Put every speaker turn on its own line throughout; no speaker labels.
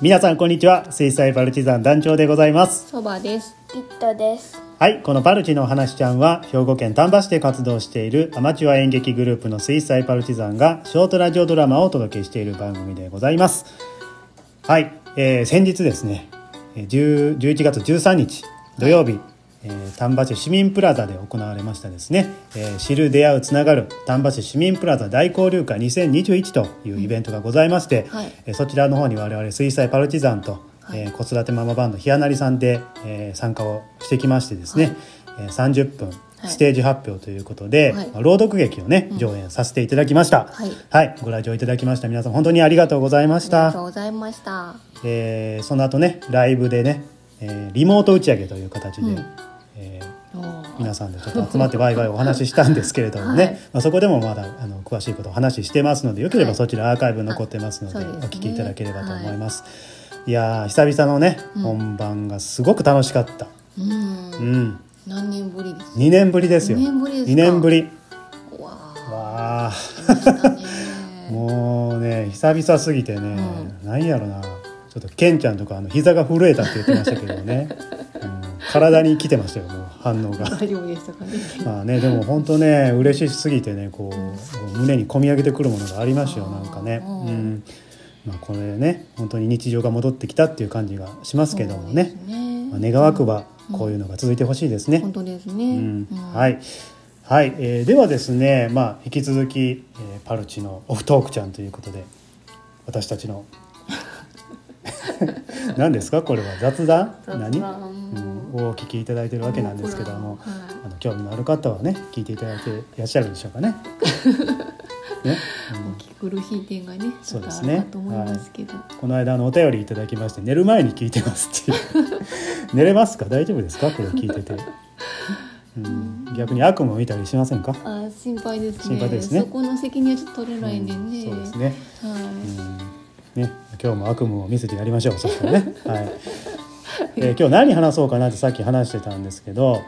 皆さんこんにちは水彩パルチザン団長でございます
そばです。
ピットです。
はいこのパルチのお話ちゃんは兵庫県丹波市で活動しているアマチュア演劇グループの水彩パルチザンがショートラジオドラマをお届けしている番組でございますはい、えー先日ですねえー10 11月13日土曜日、えー丹波市市民プラザで行われましたですね「えー知る出会うつながる丹波市市民プラザ大交流会2021」というイベントがございまして、
はい
えーそちらの方に我々水彩パルチザンと、
はい
えー子育てママバンドひやなりさんで、えー参加をしてきましてですね、えー30分
い
ステージ発表ということで、
はい
まあ朗読劇をね、上演させていただきました、
はい
ご来場いただきました皆さん本当にありがとうございまし
あり
た
がとうございました。
えーその後ねライブでね、えーリモート打ち上げという形で、
うん
えー
おー
皆さんでちょっと集まってワイワイお話ししたんですけれどもね、
はい
まあ、そこでもまだあの詳しいことをお話ししてますのでよけれ
は
ば
い
そちらアーカイブ残ってますので,、
あそうです
お
ね
聞きいただければと思います。い、やー久々のね、
うん
本番がすごく楽しかった、
うん
う。ん、
何年ぶりです。
2年ぶりですよ
二年ぶりですか
二年ぶり
うわ
わあ
ー。来ましたね
もうね久々すぎてね、
う
なんやろなちょっとケンちゃんとかあの膝が震えたって言ってましたけどね、うん体に来てましたよもう反応が。
大丈夫でしたかね。
まあねでも本当ね嬉しすぎてねこうこう胸に込み上げてくるものがありますよ
あー
なんかね。
うん
うんまあ、これね本当に日常が戻ってきたっていう感じがしますけどもね
そうですね
まあ、願わくばこういうのが続いてほしいですね。
本当ですね。
うん
うん
はい、はいえーではですね、まあ、引き続き、えーパルチのオフトークちゃんということで私たちの 何ですかこれは雑談
雑談
何、うん、をお聞きいただいてるわけなんですけども、
僕らのはい
あの興味のある方はね聞いていただいていらっしゃるんでしょうか ね。ね
お聞き苦しい点がね、ち
そ
ょ
う
っ
で
と
す
あ
ね
るかと思いますけど。
この間あのお便りいただきまして寝る前に聞いてますっていう 寝れますか大丈夫ですかこれ聞いてて、うん、逆に悪夢を見たりしませんか
あー心配ですね。
心配ですね
そこの責任はちょっと取れないんでね。
そうです。ね。
は
うん、ね、今日も悪夢を見せてやりましょう。そしたらね。 はい。えー今日何話そうかなってさっき話してたんですけど、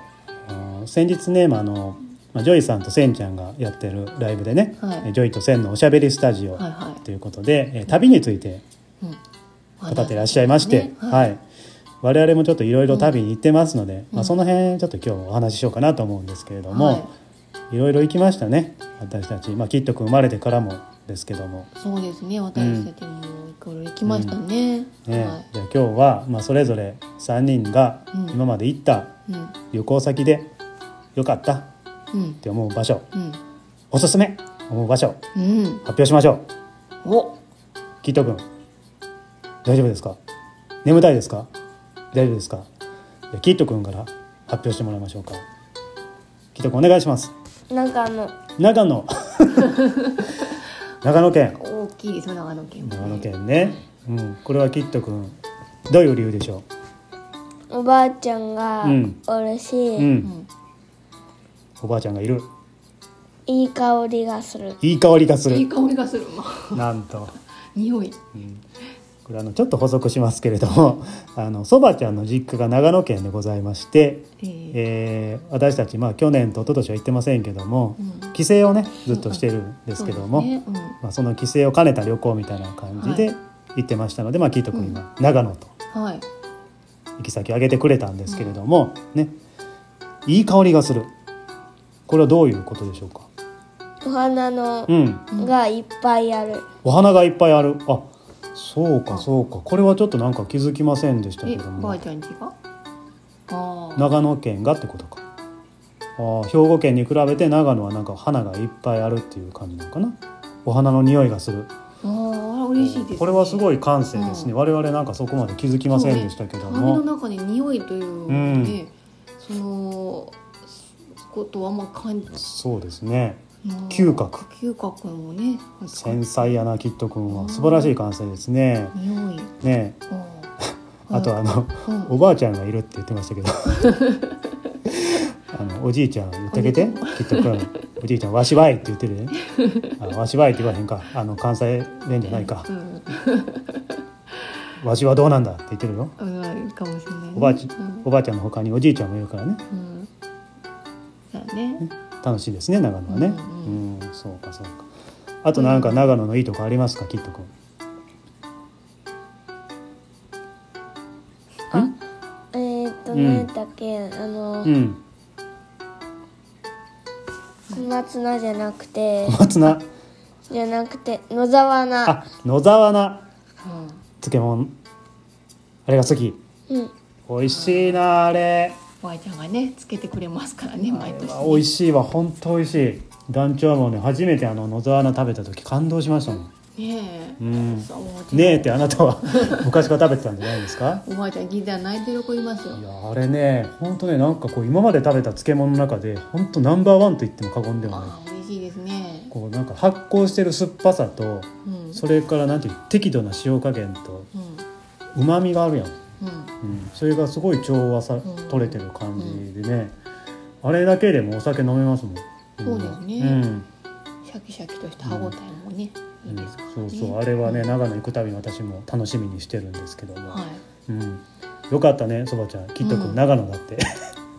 あの先日ね、まああの、まあ、ジョイさんとセンちゃんがやってるライブでね、
はい
えージョイとセンのおしゃべりスタジオ
い。はいは
ということで、えー旅について
い。うん。
語ってらっしゃいまして、
ね
はい、我々もちょっといろいろ旅に行ってますので、まあ、
うん
その辺ちょっと今日お話ししようかなと思うんですけれども、、
はい
ろいろ行きましたね私たち、まあ、キット君生まれてからもですけども。
そうですね。私たちもいろいろ行きましたね。
ね
は
じゃあ今日は、まあ、それぞれ3人が
うん
今まで行った
い。
旅行先で良かったっ
うん。うん。
て思う場所
うん。
おすすめ思う場所
うん。
発表しましょう
お。
キート君大丈夫ですか眠たいですか大丈夫ですかじゃあキート君から発表してもらいましょうかキート君お願いします
なんかあの、
長野 長野県
大きいですね長野県もね
長野県ね、うん、これはキート君どういう理由でしょ
おばあちゃんが
うん
おるし、
う、う、
うんん
おばあちゃんがいる
いい香りがする。
いい香りがす
いい
る。
香りがするも う
なんと、
匂い
うんこれあのちょっと補足しますけれども、 あのそばちゃんの実家が長野県でございまして、
えー
えー私たちまあ去年と一昨年は行ってませんけども、
うん
帰省をねずっとしてるんですけども、
そうですね
まあその帰省を兼ねた旅行みたいな感じで
は
行ってましたので、まあキート君は長野と
うんはい
行き先を挙げてくれたんですけれども、ね、いい香りがする。これはどういうことでしょうか。
お花の
う、ん。
がいっぱいある。
お花がいっぱいあるあそうかそうかこれはちょっとなんか気づきませんでしたけ
え
ど
ば
も
あちゃん家がああ
長野県がってことかあー兵庫県に比べて長野はなんか花がいっぱいあるっていう感じなのかなお花の匂いがする
あーあれ嬉しいですね
これはす
い
ごい感性ですね、
う
我々なんかそこまで気づきませんでしたけど
花
も、
の中に匂いというねそのことはあんま感じ
そうですね
うん
嗅覚
嗅覚もね
繊細やなキット君は素晴らしい感性ですね
匂い
ねえ
あー
あとあの、
うん
おばあちゃんがいるって言ってました けどあのおじいちゃん言ってあげてきっとくんおじいちゃん「わしわい」って言って るねあわしわいって言わへんかあの関西弁じゃないか
うん
「わしはどうなんだ」って言ってるよ
うんあるかもしれないね
おばあち
うん
おばあちゃんの他におじいちゃんもいるからね
うんだね
楽しいですね長野はねう、
うん
そうかそうかあとなんか長野のいいとこありますかきっとくん
と何だっけ、あの、
うん
小松菜じゃなくて
小松菜
じゃなくて野沢菜
あ野沢菜
うん
漬物あれが好き
うん
美味しいなあれ
おばあちゃんがねつけてくれますからね毎年
あ美味しいわ本当美味しい団長もね初めてあの野沢菜食べた時感動しましたもん
ねえ、
うん
そうおばあちゃん
ねえってあなたは 昔から食べてたんじゃないですか
おばあちゃん銀座泣いてる子いますよ
いやあれね本当ねなんかこう今まで食べた漬物の中で本当ナンバーワンと言っても過言ではない
ああ美味しいですね
こうなんか発酵してる酸っぱさと
うん
それからなんていう適度な塩加減と
うん
うまみがあるやん、
うん
うん、それがすごい調和さ
ん
取れてる感じでね、あれだけでもお酒飲めますもん
そうですね
うん
シャキシャキとした歯ごたえもね、
う
いい
ん
ですからね
そうそうあれはね長野行くたびに私も楽しみにしてるんですけども、
はい
うん、よかったねそばちゃんきっとく
うんん
長野だ って、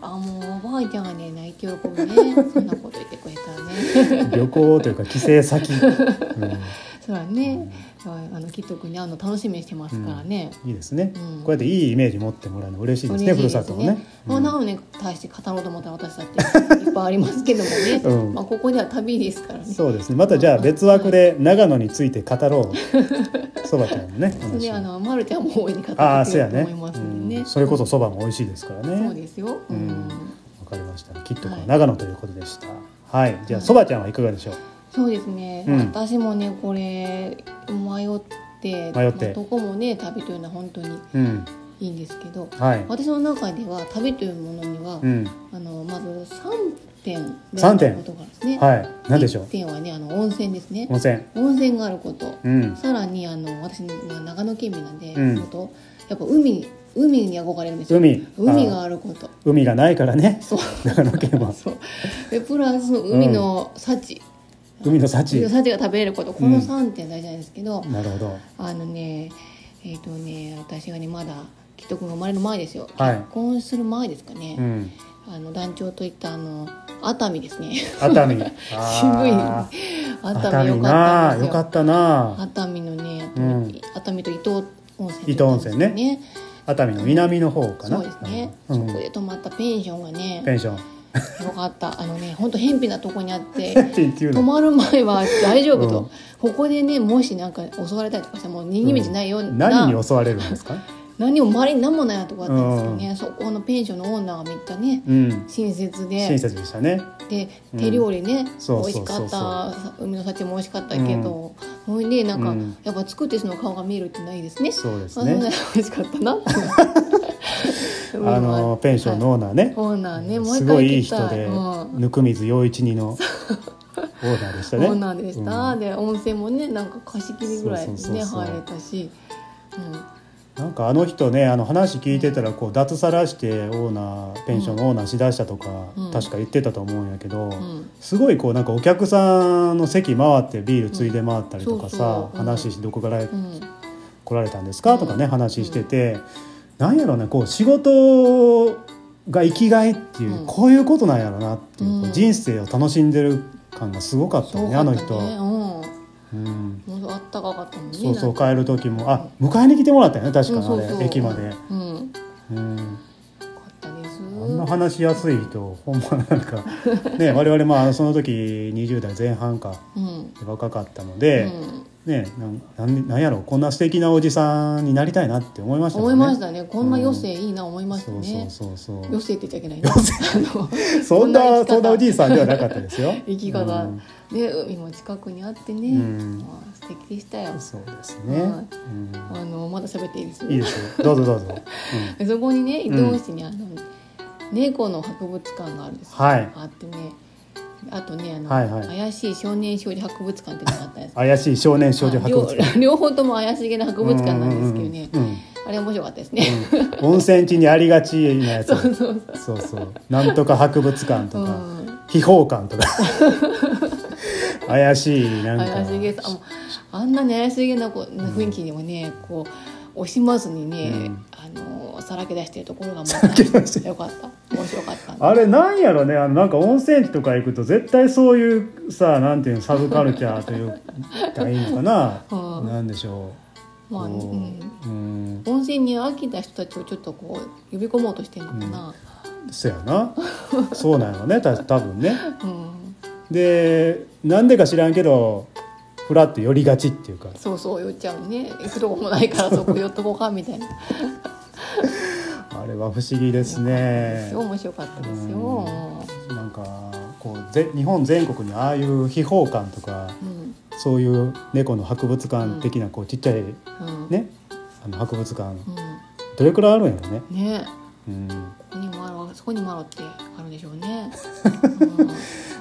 あもうおばあちゃんがね泣いて喜ぶね そんなこと言ってくれたらね
旅行というか帰省先、うん
そらね、そうあのきっとくんに会うの楽しみにしてますからね、
いいですね、
うん
こうやっていいイメージ持ってもらうの嬉しいですねふるさとのね、
まあ、長野に対して語ろうと思ったら私だっていっぱいありますけどもね、
うん
まあ、ここでは旅ですからね
そうですねまたじゃあ別枠で長野について語ろう そばちゃんのね
それ
話
であ
を
のまるちゃんも応援に語ってく
ああ
れ
そうや
ると
ね
思いますんでね
うんそれこそそばも美味しいですから
そう
ね
ですよ、
うん
うん
わかりましたきっとこ
は
れ
い
長野ということでしたはいじゃあそばちゃんはいかがでしょう
そうですね、
うん
私もねこれ迷って
迷って
まあどこもね旅というのは本当に
うん
いいんですけど
はい
私の中では旅というものには、
うん
あのまず3点
三点
選ぶことがあるんですね、
はい何でしょ
1点はねあの温泉ですね
う温泉
温泉があること
うん
さらにあの私は長野県民なんで、
うん
元やっぱ海海に憧れるんですよ
海
海があること
海がないからね
そう
長野県は
そうでプラス海の幸、
海の
海
幸
の幸が食べれることこ
う
の
ん
3点大事なんですけど、
なるほど
あのねえっ、とね私がねまだきっと君が生まれる前ですよ、
はい
結婚する前ですかね、
うん
あの団長といったあの熱海ですね
熱海
渋い
あー
熱
熱海な
海良かったん
よ
です
か
よ
ったな
熱海のね、
うん
熱海と伊東温泉
伊東温泉ね
ね
熱海の南の方かな
そうですね、
うん
そこで泊まったペンションがね
ペンション
よかったあのね本当偏僻なとこにあって
っていう
泊
の
まる前は大丈夫と、
うん
ここでねもしなんか襲われたりとかしたらもう逃げ道ないような、
何に襲われるんですか
何も周りに何もないなとこだったんですよね、そこのペンションのオーナーがめっちゃね
うん
親切で
親切でしたね
で
うん
手料理ね、
そうそう
美味
そう
しかった海の幸も美味しかったけど、ほいでなんか、
うん
やっぱ作ってる人の顔が見えるってないですね
そうです
あそんな
ね
に美味しかったな
あのペンションのオーナーね
オーナーねもう
す
一
ご
回
いいい
行き
人
たい
で
うん
温水陽一二のオーナーでした
オ
ね
ーナーでした、
うん
で温泉もねなんか貸し切りぐらい
そ
ね
うそうそうそう
入れたし、う
なんかあの人ねあの話聞いてたらこう脱サラしてオーナーペンションのオーナーしだしたとか、
うん
確か言ってたと思うんやけど、
んうん、
すごいこうなんかお客さんの席回ってビールついで回ったりとか
うんそ
さ
うそううん
話して「どこから
うん
来られたんですか?」とかね
うん
話してて、なんやろうねこう仕事が生きがいっていう、
うん
こういうことなんやろなっていう、こう
うん
人生を楽しんでる感がすごかっ
す
たね
ご
あ
か
の
った
人
ね
は。
うん
うん
もうあったかかったもんね。
そうそう
なんか
帰る時もあ迎えに来てもらったよね確かあれ、
うんそうそう
駅まで、
うん、よか
うん、
ったです。
あんな話しやすい人ほんまなん かね我々まあその時20代前半か
うん。
若かったので、
うん
ねなんなんなんやろうこんな素敵なおじさんになりたいなって思いましたも
思い
んね。
ましたね。こんな余生いいな思いました
そう
ね。
そうそうそ
余
う。
生って言っちゃいけないね。 余
そんなそ
こ
んなおじ
生
い
き。
さんではなかったですよ
生き方、
うん
ね海も近くにあってね。
うん
まあ素敵でしたよ。
そうですね。
はい
うん
あのまだ喋っていいです。
いいですよ。どうぞどうぞ。うん
でそこにね伊
うん
東市にあの、猫の博物館があるんですよ。
はい
あってね。あとねあの、
はいはい
怪しい少年少女博物館っていうのがあったんです。
怪しい少年少女博 物館。
あ両両方とも怪しげな博物館なんですけどね。
うんうんうん
あれ面白かったですね。
うん温泉地にありがちなやつ。
そうそう
そうそう。なんとか博物館
そ
と
う。う
か、
ん、
秘宝館と か。怪しいなんか。
怪しげさあもうあんなに怪しげなこう雰囲気にもね、こう惜しまずにね、
うん
あのさらけ出してるところがま
らけ出して
たよかった面白かった
あれなんやろねあのなんか温泉地とか行くと絶対そういうさなんていうのサブカルチャーというかいいのかな
うん
なんでしょう
まあ、
お
う
ー
ん、
うん
温泉に飽きた人たちをちょっとこう呼び込もうとしてるのかな、
そやなそうなんよねた多分ね
うん、
でなんでか知らんけどフラッと寄りがちっていうか
そうそう寄っちゃうね行くとこもないからそこ寄っとこうかみたいな
あれは不思議ですね
すごい面白かったですよ、
なんかこうぜ日本全国にああいう秘宝館とか
うん
そういう猫の博物館的なこうちっちゃい
うん
ねあの博物館
う
どれくらいあるんやろね、
ん、ね
うん、
ここにもあるそこにもあるってあるでしょ うね、うん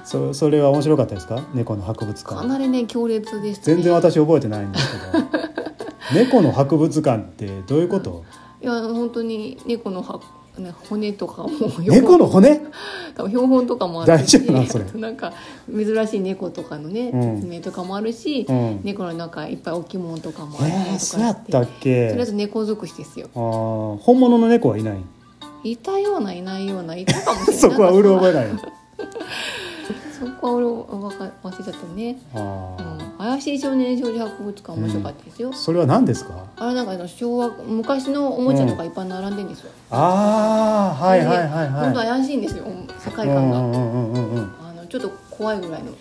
そそれは面白かったですか猫の博物
か
館
なりね強烈でした、ね、
全然私覚えてないんですけ ど猫の博物館ってどういうこと
いや本当に猫のはね骨とかも
猫の骨
多分標本とかもあるし
大丈夫なんそれ
あとなんか珍しい猫とかのね、
うん
説明とかもあるし、
うん
猫の中いっぱい大きいものとかもあったりと
えー、
か
そうや
し、
ってたっけ
とりあえず猫尽くしですよ
あー本物の猫はい ない
いたようないないようないたかもしれない
そこはうる覚え
い
ない
そこはうる覚え忘れちゃったね、
あ
う
ー
ん、怪しい少年少女博物館面白かったですよ、
それは何ですか
あれなんかあの昭和昔のおもちゃとかいっぱい並んでんですよ、
ああはいはいはい
本当
はい
怪しいんですよ世界
う
観
ん
が、
うんうんうんうん
あのちょっと怖いぐらいの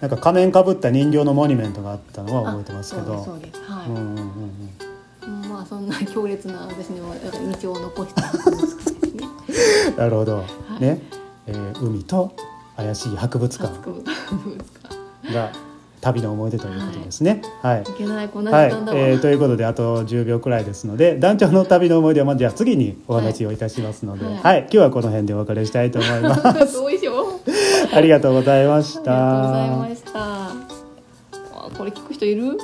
なんか仮面かぶった人形のモニュメントがあったのは覚えてますけ
あそ
ど
うですそうですはい、
うんうんうんうん
まあそんな強烈な私の道を残した博物館です ね。
なるほどねえー海と怪しい博物館
博物館。
が旅の思い出ということですねはい
いけないこんな
はい
時間だわ。
えーということであと10秒くらいですので団長の旅の思い出はまあじゃあ次にお話をいたしますので、は
はいい
今日はこの辺でお別れしたいと思います。
どうしよう。
ありがとうございま
あ
し
りがとうござい
た
ま。した。あこれ聞く人いる？